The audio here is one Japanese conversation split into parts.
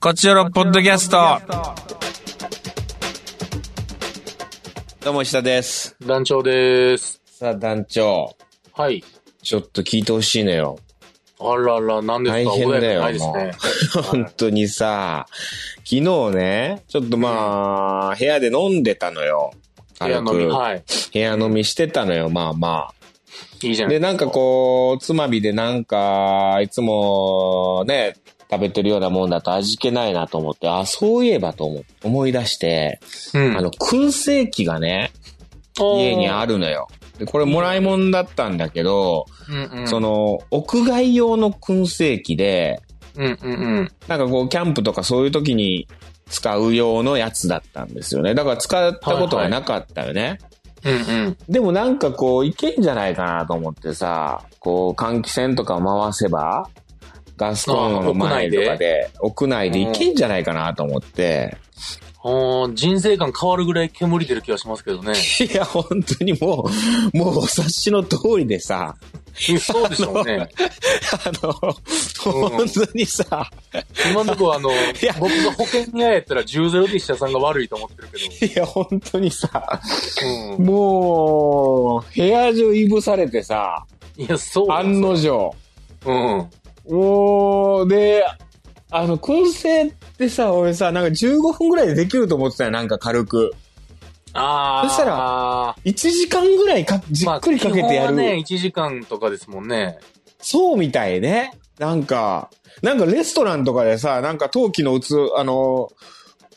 こちらのポッドキャスト。どうも、石田です。団長です。さあ、団長。はい。ちょっと聞いてほしいのよ。あらら、何です大か変だよ穏やかないですね。本当にさ、昨日ね、ちょっとまあ、部屋で飲んでたのよ。部屋軽飲く。み。はい。部屋飲みしてたのよ、まあまいいじゃあ。なで、いなんかこう、つまみでなんか、いつもね、食べてるようなもんだと味気ないなと思って、あ、そういえばと思思い出して、うんあの、燻製機がね、家にある。るのよ。で、これもらいもんだったんだけど、うんうん。その、屋外用の燻製機で、うんうんうん。なんかこう、キャンプとかそういう時に使う用のやつだったんですよね。だから使ったことがなかったよね。うんうん。でもなんかこう、いけんじゃないかなと思ってさ、こう、換気扇とか回せば、ガスコンロの前とかで、屋内ででいけんじゃないかなと思って、おー人生観変わるぐらい煙出る気がしますけどね。いや、本当にもう、もうお察しの通りでさ、そうでしょ うね。あの、本当にさ、今のところあのや、僕が保険屋やったら10ゼロで石田さんが悪いと思ってるけいや、本当にさ、ど。うん。もう、部屋中いぶされてさ、いや、そうだ。案の定。うん。もう、で、あの、燻製ってさ、俺さ、なんか15分ぐらいでできると思ってたよ、なんか軽く。あー。そしたらら、 1時間ぐらいか、じっくりかけてやる。まあ、基本はね、1時間とかですもんね。そうみたいね。なんか、なんかレストランとかでさ、なんか陶器の器、あの、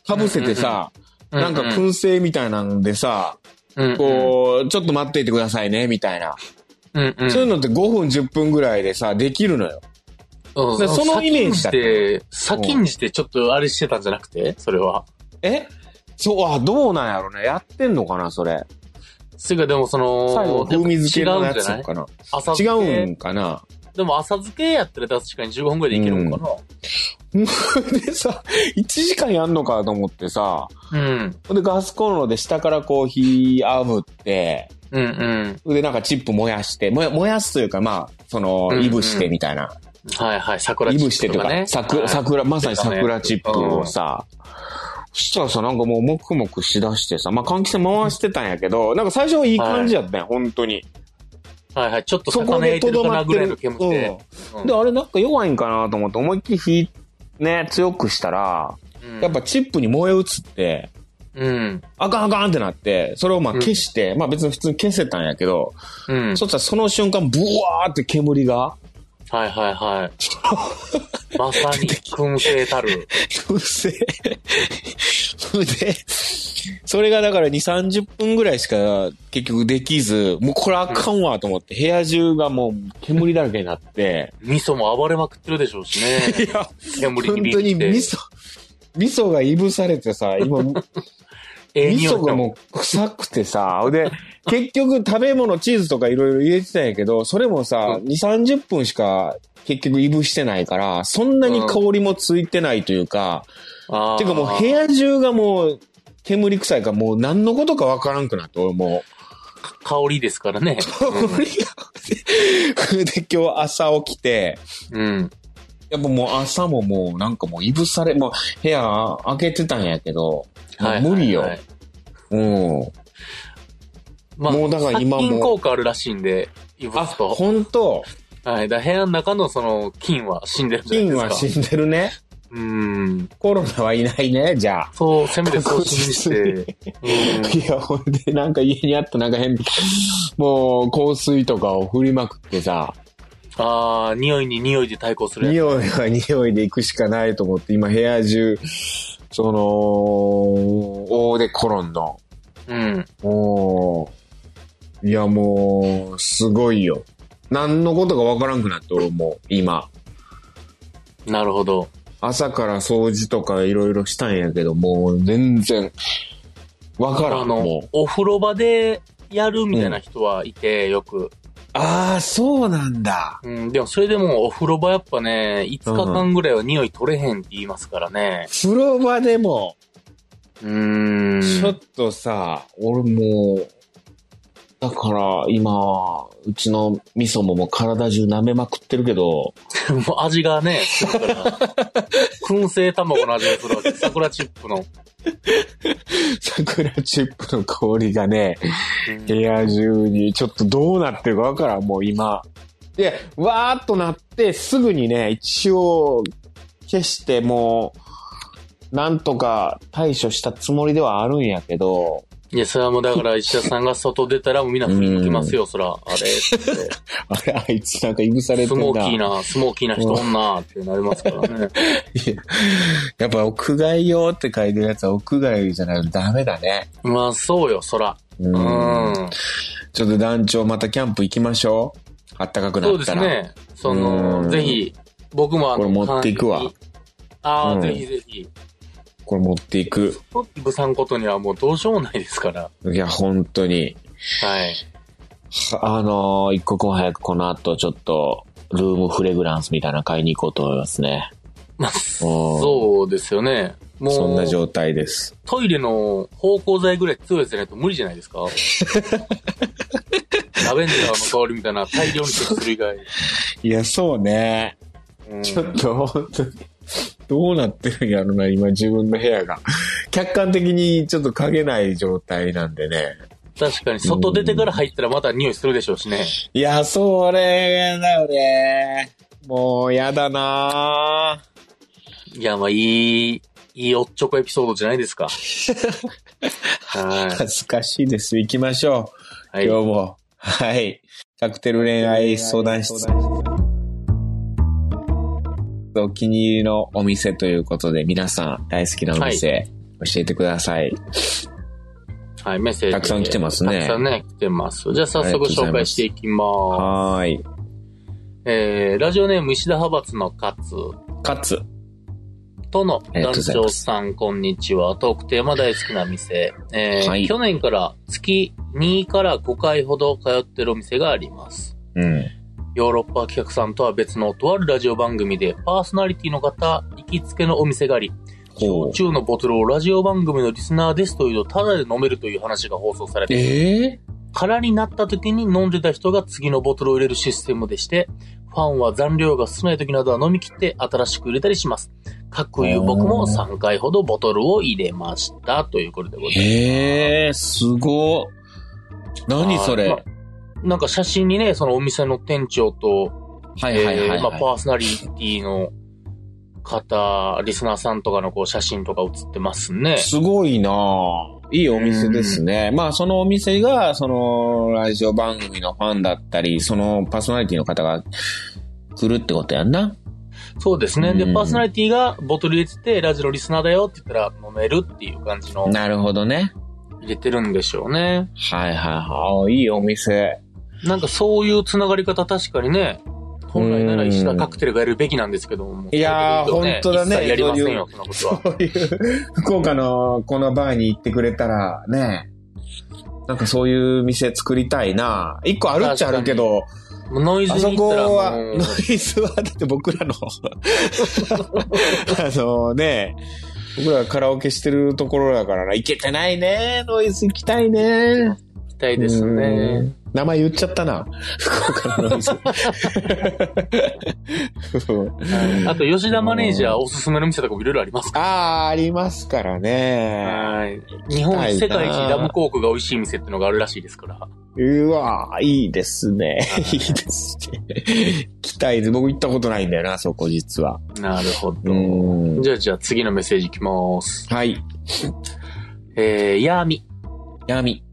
かぶせてさ、ううなんか燻製みたいなんでさ、うんうんこう、ちょっと待っていてくださいね、みたいな。うんうんそういうのって5分、10分ぐらいでさ、できるのよ。うんでそのイメージだった先んじて、先んじてちょっとあれしてたんじゃなくてそれは。えそう、あ、どうなんやろね。やってんのかな、それ。それかでもその、最後、風味付けのやつ違うんじゃないかな。浅違漬け。うんかな。 でも浅漬けやったら確かに15分ぐらいでいけるんかでさ、1時間やんのかと思ってさ、な。うん。ほんでガスコンロで下からこう火炙って、うんうん。でなんかチップ燃やして、燃や燃やすというかまあ、そのうんう、んいぶしてみたいな。はいはい。桜いチぶしてップととかか、ね。桜、はい桜、まさに桜チップをさ、そしたらさ、なんかもうもくもくしだしてさ、まあ換気扇回してたんやけど、なんか最初はいい感じやったんや、本当に。はいはい。ちょっとそこ魚焼でいてとるどかまなってぐらいる。の煙で。うんで、あれなんか弱いんかなと思って、思いっきり火、ね、強くしたら、うんやっぱ、チップに燃え移って、うん。あかんあかんってなって、それをまあうん消して、まあ別に普通に消せたんやけど、うん。そしたらその瞬間、ブワーって煙が、はいはい はい。まさに燻製たる。うっせえ。それで、それがだから2、30分ぐらいしか結局できず、もうこれあかんわと思って、部屋中がもう煙だらけになって、味噌も暴れまくってるでしょうしね。いや、煙本にビ当にビっ味て。噌、味噌がいぶされてさ、 今、ええ味匂いした噌がもう臭くてさ、で、結局食べ物、チーズとかいろいろ入れてたんやけど、それもさ、う2、30分しか結局いぶしてないから、そんなに香りもついてないというか、あーてかもう部屋中がもう、煙臭いからもう何のことかわからんくなって、俺も香りですから ね。う。香りがで、今日朝起きて、うん。やっぱもう朝ももうなんかもういぶされ、もう部屋開けてたんやけど、もう無理よ。はいはいはいうん。まあ、もうだから今も殺菌効果あるらしいんで、いぶあ、すと。ほんと、はい。だから部屋の中のその菌は死んでるんじゃないで金すか。は死んでるね。うん。コロナはいないね、じゃあ。そう、せめてそう信じて。いや、ほんで、なんか家にあったなんか変、もう香水とかを振りまくってさ、ああ、匂いに匂いで対抗するや匂いは匂いで行くしかないと思って、今部屋中、その、大でコロンの。つ。うん。おーいや、もう、すごいよ。何のことかわからんくなって、俺もう、今。なるほど。朝から掃除とかいろいろしたんやけど、もう全然、わからあん、のもう、。お風呂場でやるみたいな人はいて、よく。ああ、そうなんだ。うん。でも、それでもお風呂場やっぱね、5日間ぐらいは匂い取れへんって言いますからね。風呂場でも、うん。ちょっとさ、俺もう、だから、今、うちの味噌ももう体中舐めまくってるけど、 もう味がね、するから、燻製卵の味がするわけ。桜チップの。桜チップの香りがね、うん部屋中に、ちょっとどうなってるかわからん、もう今。で、わーっとなって、すぐにね、一応、消して、もう、なんとか対処したつもりではあるんやけど、 いや、それはもうだから、石田さんが外出たら、もうみんな振り向きますよ、そら。あれ、あれ、あいつなんかいぶされスてんモーキなーな、スモーキーな人おんなってなりますからね。やっぱ屋外用って書いてるやつは屋外じゃないとダメだね。まあ、そうよ、そら。う。うんん。ちょっと団長またキャンプ行きましょう。あったかくなそうっでたすら。ね。そうんの、ぜひ、僕もあの、これ持っていくわ簡易に。ああ、うんぜひぜひ。これ持っていく。トップさんことにはもうどうしようもないですから。いや、本当に。はい。あのー一刻も早くこの後ちょっと、ルームフレグランスみたいなの買いに行こうと思いますね。まあ、おーそうですよね。そんもなう、状態です。トイレの芳香剤ぐらい強いやつじゃないと無理じゃない ですかラベンダーの香りみたいな大量に摂取する以外。いや、そうね。うんちょっと、本当に。どうなってるんやろな、今自分の部屋が。客観的にちょっと影ない状態なんでね。確かに、外出てから入ったらまた匂いするでしょうしね。いや、それだよね。もう、やだないや、まあ、いい、いいおっちょこエピソードじゃな いですか。は恥ずかしいです。行きましょう。い。はい今日も。はい。カクテル恋愛相談室。お気に入りのお店ということで、皆さん大好きなお店、教えてください。はい、メッセージ。たくさん来てますねたくさんね、来てます。じゃあ早速紹介していきまはーい。す。えー、ラジオネーム石田派閥の勝かつ。とのありがと団うございま長すさん、こんにちは。トークテーマ大好きな店。えーはい去年から月2から5回ほど通ってるお店があります。うん。ヨーロッパ企画さんとは別のとあるラジオ番組でパーソナリティの方、行きつけのお店があり、ほう焼酎のボトルをラジオ番組のリスナーですというと、ただで飲めるという話が放送されて、え空になった時に飲んでた人が次のボトルを入れるシステムでして、ファンは残量が少ない時などは飲み切って新しく入れたりします。各有僕も3回ほどボトルを入れました。ということでございます。えー、すごっ。何それ。まはなんか写真にね、そのお店の店長と、いはいはい、はえいーまあ、パーソナリティの方、リスナーさんとかのこう写真とか写ってますね。すごいなぁいいお店ですね。まあ、そのお店が、その、ラジオ番組のファンだったり、そのパーソナリティの方が来るってことやんな。そうですね。でう、んパーソナリティがボトル入れてて、ラジオのリスナーだよって言ったら飲めるっていう感じのなるほどね。入れてるんでしょうね。はいはいはいあ。いいお店。なんかそういうつながり方確かにね、本来なら石田カクテルがやるべきなんですけども。いやーそううこと本当だね一切やりませんよ、そそんなことは。こういう、 福岡のこのバーに行ってくれたら、ね、なんかそういう店作りたいな一個あるっちゃあるけど、もうノイズあそに行こったらは、もうノ、イズは、だって僕らの、 あのね、僕らがカラオケしてるところだからな、行けてないね、ノイズ行きたいね。行きたいですうね。ん。名前言っちゃったな、福岡のノイズ。はいあと、吉田マネージャーおすすめの店とかもいろいろありますかああ、ありますからら。ね。はい。日本はい世界一ラムコークが美味しい店ってのがあるらしいですから。うわいいですね。いいですね。期待で、僕行ったことないんだよな、そこ実は。なるほうど。ん。じゃあ、じゃあ次のメッセージいきます。はい。えー、ヤーミ。闇。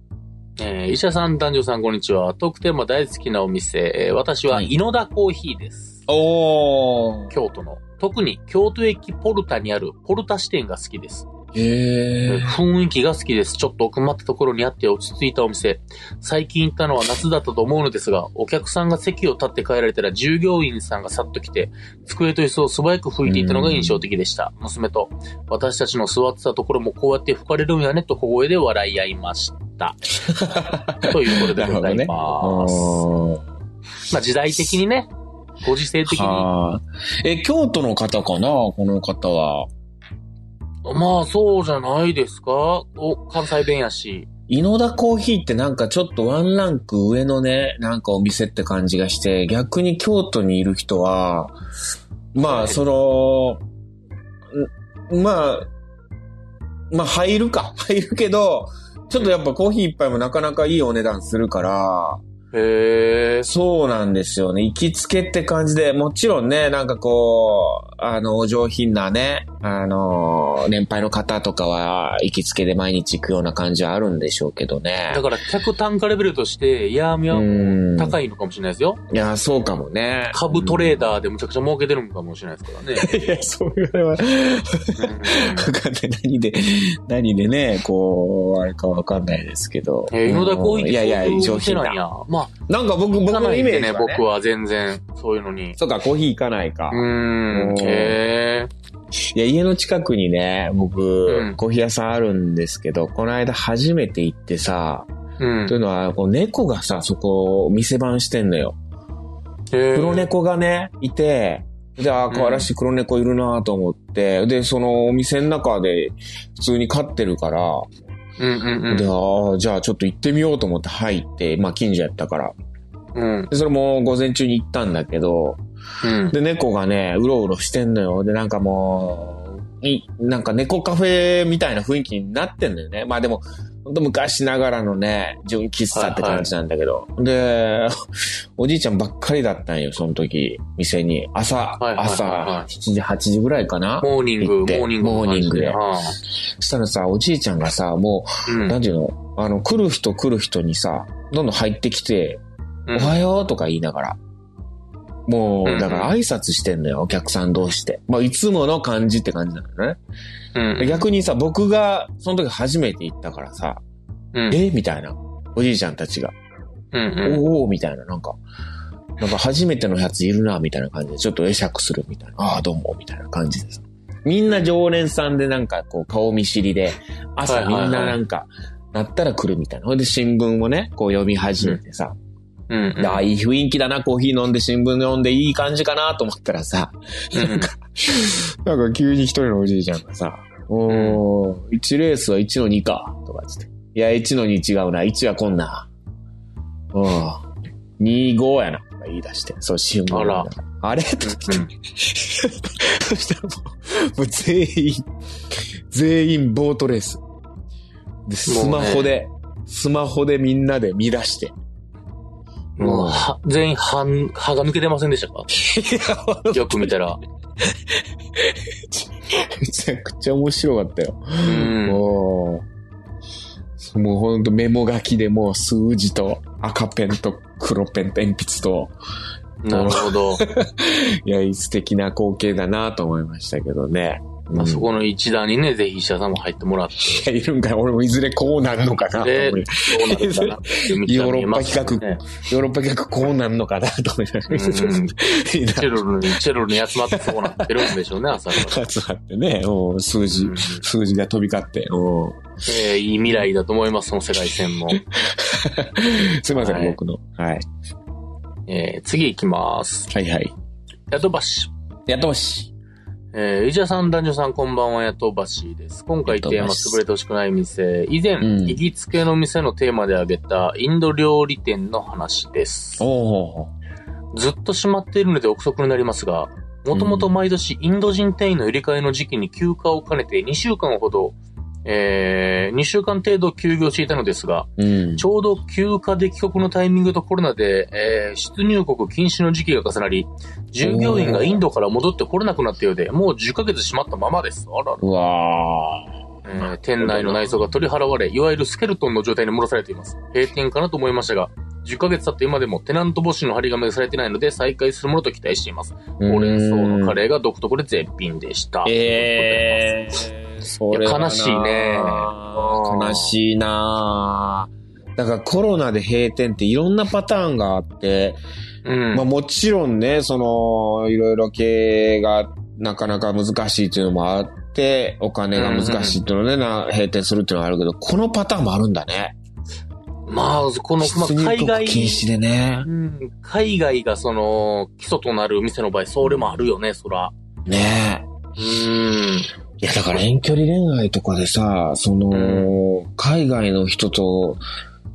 えー、医者さん、男女さん、こんにちは。トークテーマ大好きなお店。えー私は、はい井の田コーヒーです。おー。京都の。特に、京都駅ポルタにあるポルタ支店が好きです。へえーー。雰囲気が好きです。ちょっと奥まったところにあって落ち着いたお店。最近行ったのは夏だったと思うのですが、お客さんが席を立って帰られたら従業員さんがさっと来て、机と椅子を素早く拭いていたのが印象的でした。娘と、私たちの座ってたところもこうやって拭かれるんやねと小声で笑い合いま した。ということでございます。はまあ時代的にね、ご時世的に。あ。え、京都の方かなこの方は。まあそうじゃないですか。お、関西弁やし。井野田コーヒーってなんかちょっとワンランク上のね、なんかお店って感じがして、逆に京都にいる人は、まはあ、いその、んまあ、まあ入るか。 入るけど、ちょっとやっぱコーヒー一杯もなかなかいいお値段するから、へえ。そうなんですよね。行きつけって感じで、もちろんね、なんかこう、あの、お上品なね、あの、年配の方とかは、行きつけで毎日行くような感じはあるんでしょうけどねだ。から、客単価レベルとして、ヤーミャーうん。高いのかもしれないですよ。いや、そうかもね。株トレーダーでむちゃくちゃ儲けてるのかもしれないですからね。いや、そういうのは、わかんない。何で、何でね、こう、あれかわかんないですけど。 えー、井野田コーヒーっていやいや、そうう上店品なんやな。。まあ、なんか僕、僕行かのないイんメーでジね、はね僕は全然、そういうのに。そうか、コーヒー行かないか。うーん、へえ。いや、家の近くにね、僕、うんコーヒー屋さんあるんですけど、この間初めて行ってさ、うんとい。うのは、こう猫がさ、そこ、店番してんのよ。黒黒。猫がね、いて、で、ああ、可愛らしい黒猫いるなと思って、で、そのお店の中で普通に飼ってるから、うんうんで、ああ、じゃあちょっと行ってみようと思って入って、まあ近所やったから。うん。うん。で、それも午前中に行ったんだけど、うん。で、猫がね、うろうろしてんのよ。で、なんかもう、い、なんか猫カフェみたいな雰囲気になってんのよね。まあでも、ほんと昔ながらのね、純喫茶って感じなんだけど。で、 おじいちゃんばっかりだったんよ、その時、店に。朝、はいはいはい朝、7時、8時ぐらいかな。モーニング、行モってーニングの感じ。モーニングでああそしたらさ、おじいちゃんがさ、もうう、ん。なんていうのあの、来る人来る人にさ、どんどん入ってきて、うんおはようとか言いながら。もうんうう、んだから挨拶してんのよ、お客さん同士で。まあ、いつもの感じって感じなのね。うん。逆にさ、僕が、その時初めて行ったからさ、うんえみたいな。おじいちゃんたちが、うんおうん。おーみたいな、なんか、なんか初めてのやついるな、みたいな感じで、ちょっと会釈するみたいな、ああ、どうも、みたいな感じでさ。みんな常連さんでなんかこう顔見知りで、朝はいみはいはいんななんか、なったら来るみたいな。ほいで新聞をね、こう読み始めてさ、うんうん。であいい雰囲気だな、コーヒー飲んで新聞読んでいい感じかなと思ったらさ、うんなんか急に一人のおじいちゃんがさ、おー、1レースは1の2か、とかつって。いや、1の2違うな、1はこんな。うん。2、5やな、とか言い出して。そう、新聞読んだら。あれとか言って。そしたらもう、もう全員、全員ボートレース。で、スマホで、スマホでみんなで見出して。うんもう、は全員、歯、歯が抜けてませんでしたかよく見たら。めちゃくちゃ面白かったよ。うん。もう、もうほんとメモ書きでもう数字と赤ペンと黒ペンと鉛筆と、なるほ ど。いや、素敵な光景だなと思いましたけどね。まあそうんこの一段にね、ぜひ医者さんも入ってもらっいやいるんかい俺もいずれこうなるのかなと思いて、どうなるかなっていう道は見えますよね。ヨーロッパ客こうなるのかなと思いな がらうんみんなチェロルに、チェロルに集まってそうなってるんでしょう ね、朝から。集まってね、うん数字、うん数字が飛び交って。うんえーいい未来だと思います、その世界線も。すいません、はい僕の。はい。えー次行きます。はいはい。ヤトバシ。やってほしい。えー、イジャさん、男女さん、こんばんは、ヤトバシです。今回テーマ、ヤトバシ潰れてほしくない店。以前、うん行きつけの店のテーマで挙げた、インド料理店の話です。おー。ずっと閉まっているので憶測になりますが、もともと毎年インド人店員の入れ替えの時期に休暇を兼ねて2週間ほど、えー、2週間程度休業していたのですが、うんち。ょうど休暇で帰国のタイミングとコロナで、えー出入国禁止の時期が重なり、従業員がインドから戻ってこれなくなったようで、もう10ヶ月閉まったままです。あららうわー。えー店内の内装が取り払われ、いわゆるスケルトンの状態に戻されています。閉店かなと思いましたが、10ヶ月経って今でもテナント募集の張り紙がされてないので再開するものと期待しています。ほうれん草のカレーが独特で絶品でした。ええそれはないや悲しいねうん悲しいなだからコロナで閉店っていろんなパターンがあって、うん。まあもちろんね、その、いろいろ経営がなかなか難しいっていうのもあって、お金が難しいっていうので、な閉店するっていうのはあるけど、このパターンもあるんだね。まあ、この、まあ出入海国外、禁止でねう。ん、海外がその、基礎となる店の場合、それもあるよね、そら。ねうん。え。いや、だから遠距離恋愛とかでさ、その、海外の人と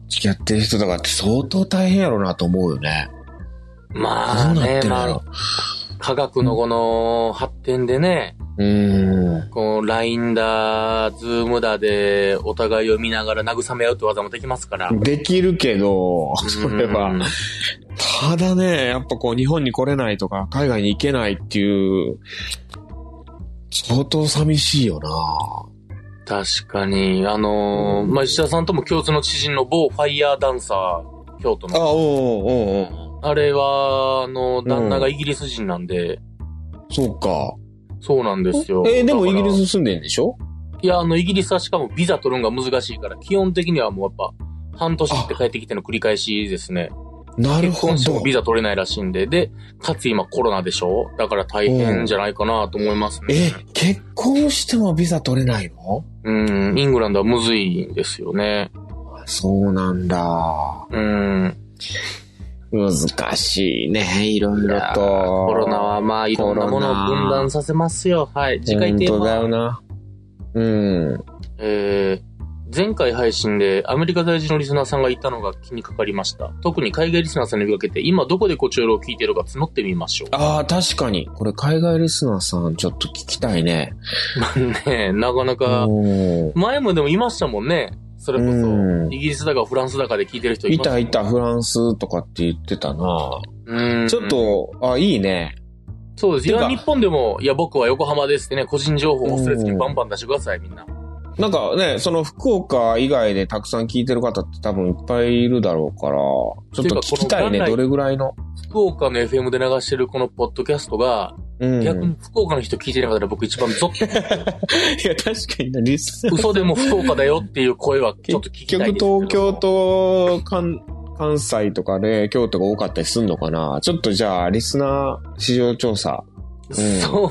付き合ってる人とかって相当大変やろなと思うよね。まあどうなっね、てんまだあろ、科学のこの発展でね、う。うん。この LINE だ、Zoom だで、お互いを見ながら慰め合うって技もできますから。できるけど、それは。うんただね、やっぱこう日本に来れないとか、海外に行けないっていう、相当寂しいよな確かに、あのーうんまあ、石田さんとも共通の知人の某ファイヤーダンサー、京都の。あ、うんうんうん。あれは、あの、旦那がイギリス人なんで、そうか。そうなんですよ。えーでもだイからギリス住んでんでしょいや、あの、イギリスはしかもビザ取るのが難しいから、基本的にはもうやっぱ、半年って帰ってきての繰り返しですね。なる結ほ婚してども。ビザ取れないらしいんで、で、かつ今コロナでしょだから大変じゃないかなと思いますえね。、結婚してもビザ取れないのうん、イングランドはむずいんですよね。そうなんだ。うん。難しいね、いろいいろやと。コロナはまあいろんなものを分断させますよ。はい。次回テー本当だマよは、な。うん。えー、前回配信でアメリカ在住のリスナーさんがいたのが気にかかりました。特に海外リスナーさんに呼びかけて、今どこでコチョロを聞いてるか募ってみましょう。ああ、確かに。これ海外リスナーさん、ちょっと聞きたいね。まあね、なかなか、うん前もでもいましたもんね。それこうそ、んイギリスだかフランスだかで聞いてる人いましたたもんいた、フランスとかって言ってたな。うん。ちょっ。と、あ、いいね。そうです。いてや、か日本でも、いや、僕は横浜ですってね、個人情報を忘れずにバンバン出してください、みんな。なんかね、その福岡以外でたくさん聞いてる方って多分いっぱいいるだろうから、ちょっと聞きたいてね、いうかこの元来どれぐらいの。福岡の FM で流してるこのポッドキャストが、うん。逆に福岡の人聞いてなかったら僕一番ゾッいや、確かにな、リスナと、ー 嘘でも福岡だよっていう声はちょっと聞き結た局いです東けど。京と関関西とかで京都が多かったりすんのかなちょっとじゃあ、リスナー市場調査、うん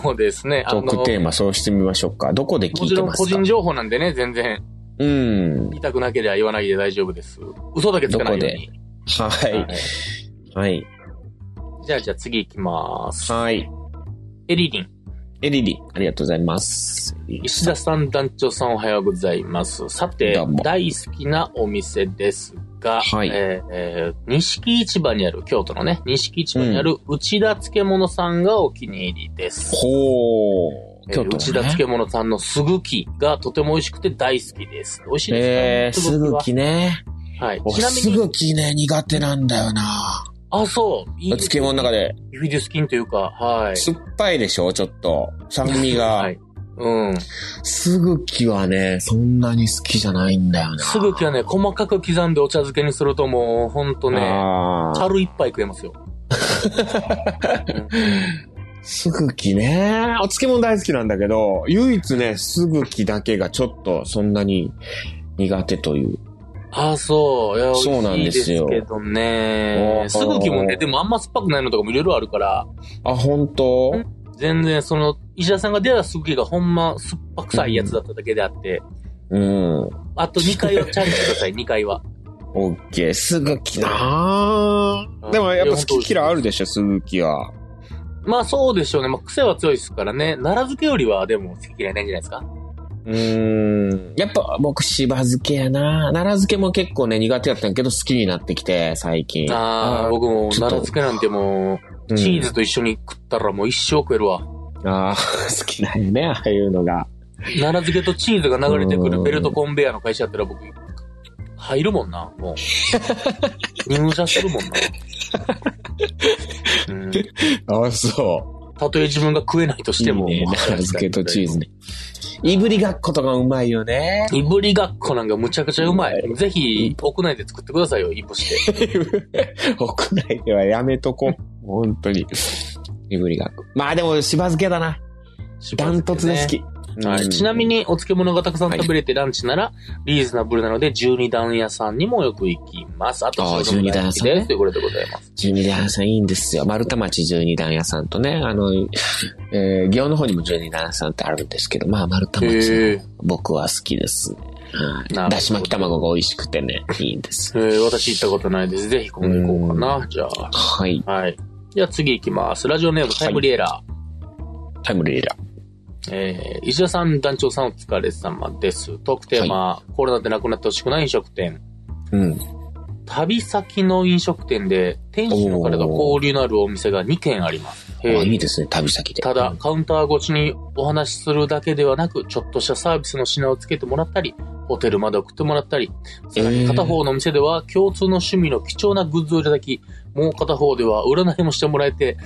そうですね。あトの、ークテーもマ、そうしてみましょうか。どこで聞いてちろんま個すか人情報なんでね、全然。うん。言いたくなければ言わないで大丈夫です。嘘だけつかないように。ははいい。はい。じゃあ、じゃあ次行きます。はい。エリリン。エリリ、ありがとうございます。石田さん、団長さんおはようございます。さてどうも、大好きなお店ですが、はいえーえー錦市場にある、京都のね、錦市場にある内田漬物さんがお気に入りです。ほー。えー京都内田だね漬。物さんのすぐきがとても美味しくて大好きです。美味しいえー、ですかすぐはきね。はい。僕ちなすみに、ぐきね、苦手なんだよな。あ、そう。いい漬物の中で、フィデュスキンというか、はい。酸っぱいでしょちょっと。酸味はが。い。うん。すぐきはね、そんなに好きじゃないんだよな。すぐきはね、細かく刻んでお茶漬けにするともう、ほんとね、あー樽一杯食えますよ。すぐきね。お漬物大好きなんだけど、唯一ね、すぐきだけがちょっとそんなに苦手という。ああ、そう。いや、そうなんですよ美味しいですけどおね。ーすぐきもね、でもあんま酸っぱくないのとかもいろいろあるから、あ、本当ん全然その、石田さんが出たすぐきがほんま酸っぱ臭いやつだっただけであって、うん。あと2回はチャレンジし てください、2回は。オッケー。すぐきなうーんでもやっいぱや好き嫌いあるでしょ、すぐきは。まあそうでしょうね。まあ癖は強いですからね。奈良漬けよりはでも好き嫌いないんじゃないですか。うーん。やっぱ僕、しば漬けやな奈良漬けも結構ね、苦手やったんやけど、好きになってきて、最近。ああ、僕も奈良漬けなんてもう、チーズと一緒に食ったらもう一生食えるわ。うん。ああ、好きなんやね、ああいうのが。奈良漬けとチーズが流れてくるベルトコンベヤーの会社やったら僕、入るもんな、もう。入社するもんな。うんああ、そたとえ自分が食えないとう。してでも。も、ね、奈良漬けとチーズね。いぶりがっことかうまいよ ね。いぶりがっこなんかむちゃくちゃうまい。ぜひ、屋内で作ってくださいよ、いぶして。屋内ではやめとこう。本当に。いぶりがっこ。まあでも、しば漬けだな。ダントツで好き。はい。ちなみに、に、お漬物がたくさん食べれてランチなら、リーズナブルなので、12段屋さんにもよく行きます。あと、あー塩の12段屋さんねです。ということでございます。十二段屋さんいいんですよ。丸太町十二段屋さんとね、あの、えー、祇園の方にも十二段屋さんってあるんですけど、まあ丸太町、へえ。僕は好きですね。なるはほい。どだし巻き卵が美味しくてね、いいんです。えー私行ったことないです。ぜひ今度行こうかな。じゃはい。あ。はい。じゃあ次行きます。ラジオネームタイムリエラー。タイムリーダえー、石田さん、団長さんお疲れ様です。トークテーマ、コロナでなくなってほしくない飲食店。うん。旅先の飲食店で、店主の方が交流のあるお店が2軒あります。へあーいいですね、旅先で。ただ、カウンター越しにお話しするだけではなく、ちょっとしたサービスの品をつけてもらったり、ホテルまで送ってもらったり、さらに片方の店では共通の趣味の貴重なグッズをいただき、もう片方では占いもしてもらえて、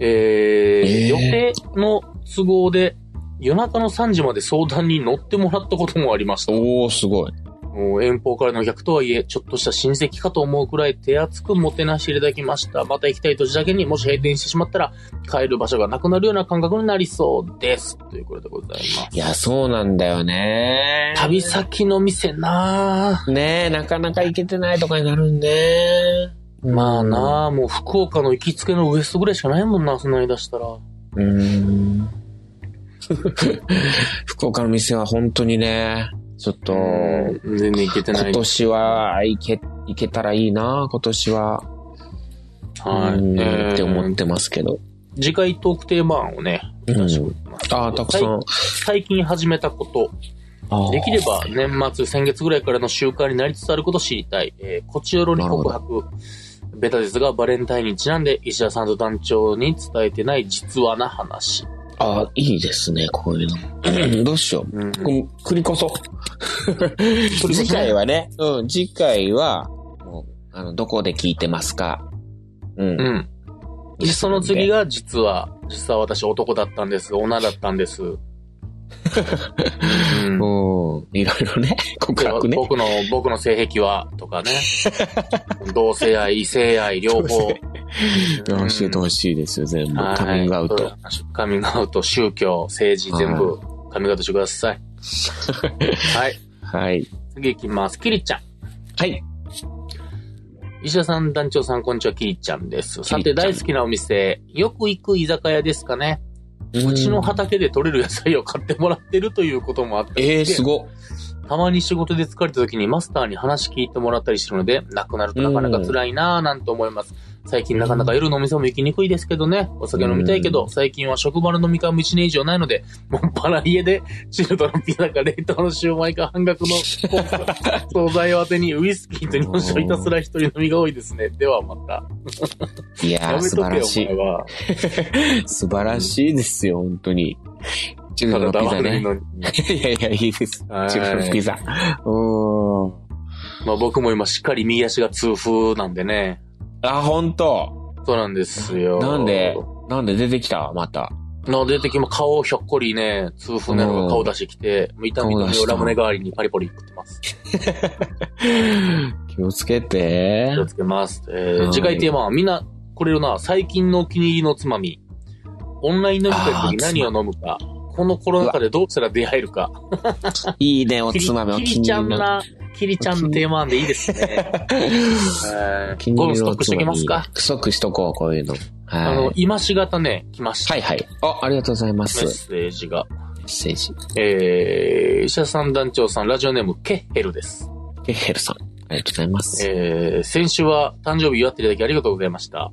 えーえー予定の都合で夜中の3時まで相談に乗ってもらったこともありました。おー、すごい。もう遠方からの客とはいえ、ちょっとした親戚かと思うくらい手厚くもてなしていただきました。また行きたい年だけにもし閉店してしまったら、帰る場所がなくなるような感覚になりそうです。ということでございます。いや、そうなんだよね。旅先の店なねえ、なかなか行けてないとかになるんで。ぁ。まあなぁ、もう福岡の行きつけのウエストぐらいしかないもんな、そんなに出したら。うーん。福岡の店は本当にね、ちょっと、うん全然行けてな今い。年は行け、行けたらいいな、今年は。はい。うんえーって思ってますけど。次回トークテーマ案をね、うん出しておりますああ、たくさん。最近始めたこと、ああできれば年末、先月ぐらいからの習慣になりつつあることを知りたい。えー、こちよろに告白。ベタですが、バレンタインにちなんで、石田さんと団長に伝えてない実話な話。ああ、いいですね、こういうの。 どうしよう。うん。く繰りこそ。次回はね、うん、次回は、もう、あの、どこで聞いてますか。うん。うん。で、その次が、実は、実は私男だったんです。女だったんです。うんう。ん、いろいろね、告白ね。僕の、僕の性癖は、とかね。同性愛、異性愛、両同性方。うん教えてほしいですよ、全部。はいカミングアウト。。カミングアウト、宗教、政治、全部、カミングアウトしてくだ さい。はい。はい。次行きます。キリちゃん。はい。石田さん、団長さん、こんにちは、キリちゃんです。さキリちて、ゃん大好きなお店、よく行く居酒屋ですかね。うちの畑で採れる野菜を買ってもらってるということもあって、えー、すごっ。たまに仕事で疲れた時にマスターに話聞いてもらったりするので、なくなるとなかなか辛いなぁなんて思います。最近なかなか夜のお店も行きにくいですけどね。お酒飲みたいけど、最近は職場の飲み会も1年以上ないので、 もっぱら家で、チルドのピザか冷凍のシューマイか半額のコー ス惣菜を当てにウイスキーと日本酒をひたすら一人飲みが多いですね。ではまた。いややー、め素と晴けらよ、しお前は。い。素晴らしいですよ、本当に。チルたドだのピ黙ザってるね。のに。いやいや、いいです。はいチルドのピザ。うーん。まあ僕も今しっかり右足が痛風なんでね。あ、本当そうなんですよ。なんで、なんで出てきたまた。の出てきも顔をひょっこりね、痛風なのが顔出してきて、もう痛み止めをラムネ代わりにパリパリ食ってます。気をつけて気を。つけます。えはー、い次回テーマはみんな、これよな、最近のお気に入りのつまみ。オンライン飲み会の時あー何を飲むか。このコロナ禍でどうしたら出会えるか。いいね、おキリつまみ、おキ気リにちゃ入んりの。な、キリちゃんのテーマなんでいいですね。え気ーにこ入れもりスのトおックしつときままみすか。。ストックしとこう、こういうの。あのは、い。今し型ね、来ました。はいはい。あ、ありがとうございまメす。ッメセージが。ッセージ。えー、石田さん団長さん、ラジオネーム、ケッヘルです。ケヘルさん。ありがとうございます。えー、先週は誕生日祝っていただきありがとうございました。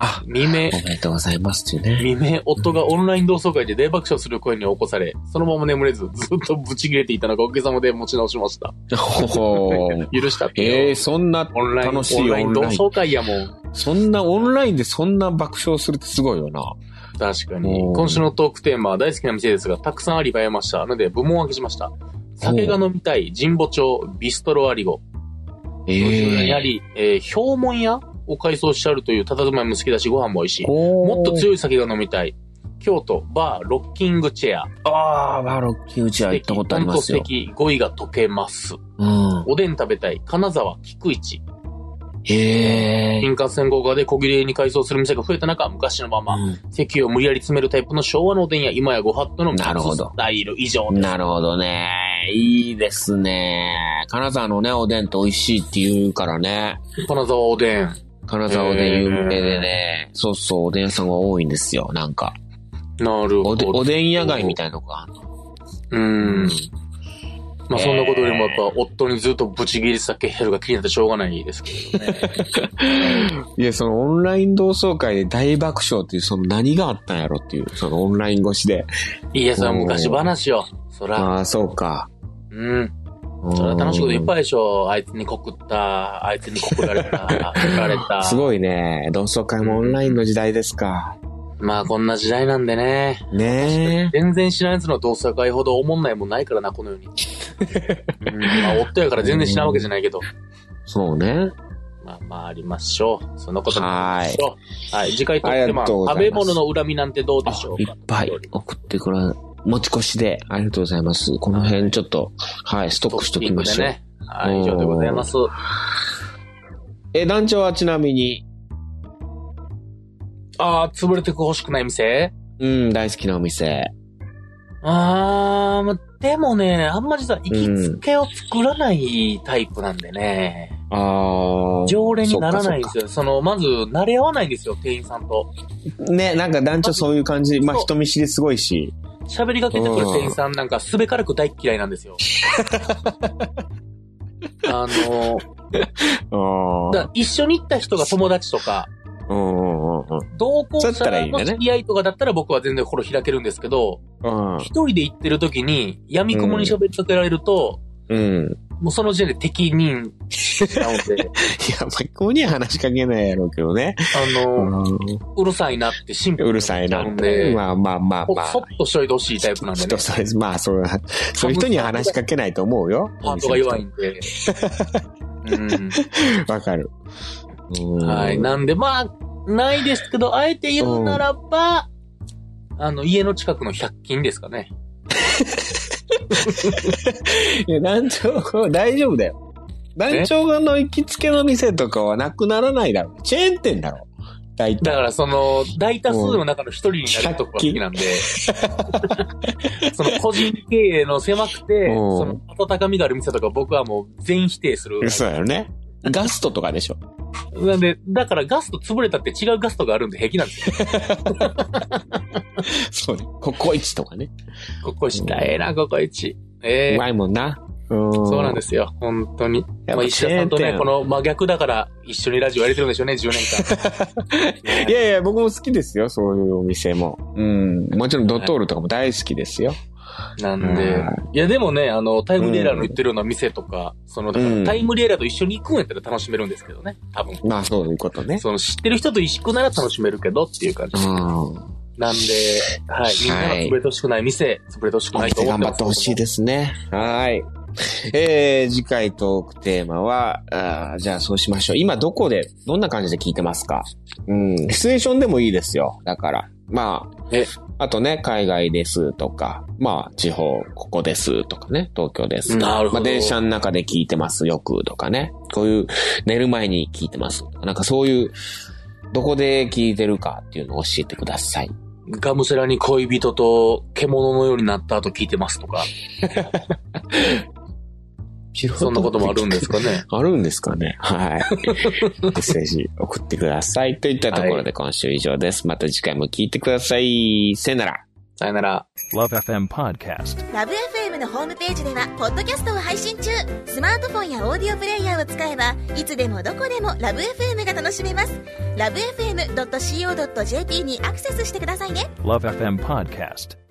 あ、未明お、めでとうございますっていう ね。未明、夫がオンライン同窓会で大爆笑する声に起こされ、そのまま眠れず、ずっとブチ切れていたのがおかげさまで持ち直しました。ほほー許したってよええそんな、オンライン、楽しいオンラインオン同ライン窓会やもん。そんなオンラインでそんな爆笑するってすごいよな。確かに。おー今週のトークテーマは大好きな店ですが、たくさんありばえました。ので、部門を分けしました。酒が飲みたい、神保町、ビストロアリゴ。えやはえり、えー、氷門屋を改装してあるという佇まいも好きだし、ご飯も美味しい。ももっと強い酒が飲みたい。京都、バー、ロッキングチェア。ああ、バロッキーうちは行ったことありますよ本当。素敵、語彙が解けます。うん。おでん食べたい、金沢、菊市。ええ新幹線号外で小切れに改装する店が増えた中、昔のまま、席を無理やり詰めるタイプの昭和のおでんや、今やご法度のなるほどスタイル以上う。んなるほどね。いいですね。金沢のね、おでんって美味しいって言うからね。金沢おでん。金沢おでん有名でね。そうそう、おでん屋さんが多いんですよ。なんか。なるおほでど。おでん屋街みたいなとこがあるの。うん。まあそんなことよりもやっぱ夫にずっとブチギリさけヘルが気になってしょうがないですけどね。いや、そのオンライン同窓会で大爆笑っていう、その何があったんやろっていう、そのオンライン越しで。いや、それは昔話よ。そら、ああ、そうか。うん。うんそら楽しいこといっぱいでしょ。あいつに告った、あいつに告られた、告られた。 すごいね。同窓会もオンラインの時代ですか。まあこんな時代なんでね。ね全然知らんやつの同窓会ほどおもんないもんないからな、この世に。うん、まあ夫やから全然知らんわけじゃないけど。え。そうね。まあまあありましょう。そんなこともありましょう。はい。次回とっあてりもがとうござい食ますべ物の恨みなんてどうでしょういかっぱい送ってくら持ち越しで、ありがとうございます。この辺ちょっと、はい、ストックしときましょう。ね。はい、以上でございます。え、団長はちなみに、ああ、潰れてほしくない店うん、大好きなお店。ああ、まあでもね、あんまりさ、行きつけを作らないタイプなんでね。ああ。常連にならなそいんでっかすよ。その、まず、慣れ合わないんですよ、店員さんと。そっかね、なんか団長そういう感じ。まあそう人見知りすごいし。喋りかけてくるうん店員さんなんか、すべからく大っ嫌いなんですよ。あの、あだから一緒に行った人が友達とか、あ。うんうんうん同行者そうやったらいいんのだね知り合いとかだったら僕は全然心開けるんですけど、うん。一人で行ってる時に、闇雲に喋りかけられると、うん。いもうその時点で適任な ので、や、まあ、ここには話しかけないやろうけどね。あうの、ん。うるさいなってシンプルうるさいななっんて。で、まあまあまあほまあそ。っとしといてほしいタイプなんでね人。それぞれまあ、そう、そういう人には話しかけないと思うよ。パートが弱いんで。うわかる。ん、はい。なんで、まあ、ないですけど、あえて言うならば、あの、家の近くの100均ですかね。いや、団長、大丈夫だよ。団長の行きつけの店とかはなくならないだろう。チェーン店だろう。大だ体。から、その、大多数の中の一人になるとこが好きなんで、その個人経営の狭くて、うんその温かみがある店とか僕はもう全否定する。そうだよね。ガストとかでしょ。なんで、だからガスト潰れたって違うガストがあるんで平気なんですよ。そうね。ココイチとかね。ここしたええな、ここ一。えうえまいもんな。そ。そうなんですすよ、本当に。やっまあ、ぱ石チ田ェさーんンとね、店こ。の真逆だから一緒にラジオやれてるんでしょうね、10年 間。いやいや、僕も好きですよ。そういうお店も。うん。もちろんドトールとかも大好きですよ。なんでは。いや、でもね、あの、タイムリエラーの言ってるような店とか、その、だからうんタイムリエラーと一緒に行くんやったら楽しめるんですけどね、多分。まあ、そういうことね。その、知ってる人と一緒くなら楽しめるけどっていう感じう。ん。なんで、はい、みんなが潰れてほしくない店、潰れてほしくないと思っ頑て張まっす。てほしいですね。はい。えー、次回トークテーマは、あーじゃあそうしましょう。今どこで、どんな感じで聞いてますかうん、シチュエーションでもいいですよ。だから。まあ、えあとね、海外ですとか、まあ、地方、ここですとかね、東京ですとか。なるほまどあ、電車の中で聞いてますよくとかね。こういう、寝る前に聞いてます。なんかそういう、どこで聞いてるかっていうのを教えてください。ガムセラに恋人と獣のようになった後聞いてますと か、そんなこともあるんですかね。あるんですかねはい。メッセージ送ってください。といったところで今週以上です。また次回も聞いてください。さよなら。さよなら。 Love FM Podcast. ラブ f m のホームページではポッドキャストを配信中スマートフォンやオーディオプレイヤーを使えばいつでもどこでもラブ f m が楽しめますラブ FM.co.jp にアクセスしてくださいね Love FM Podcast.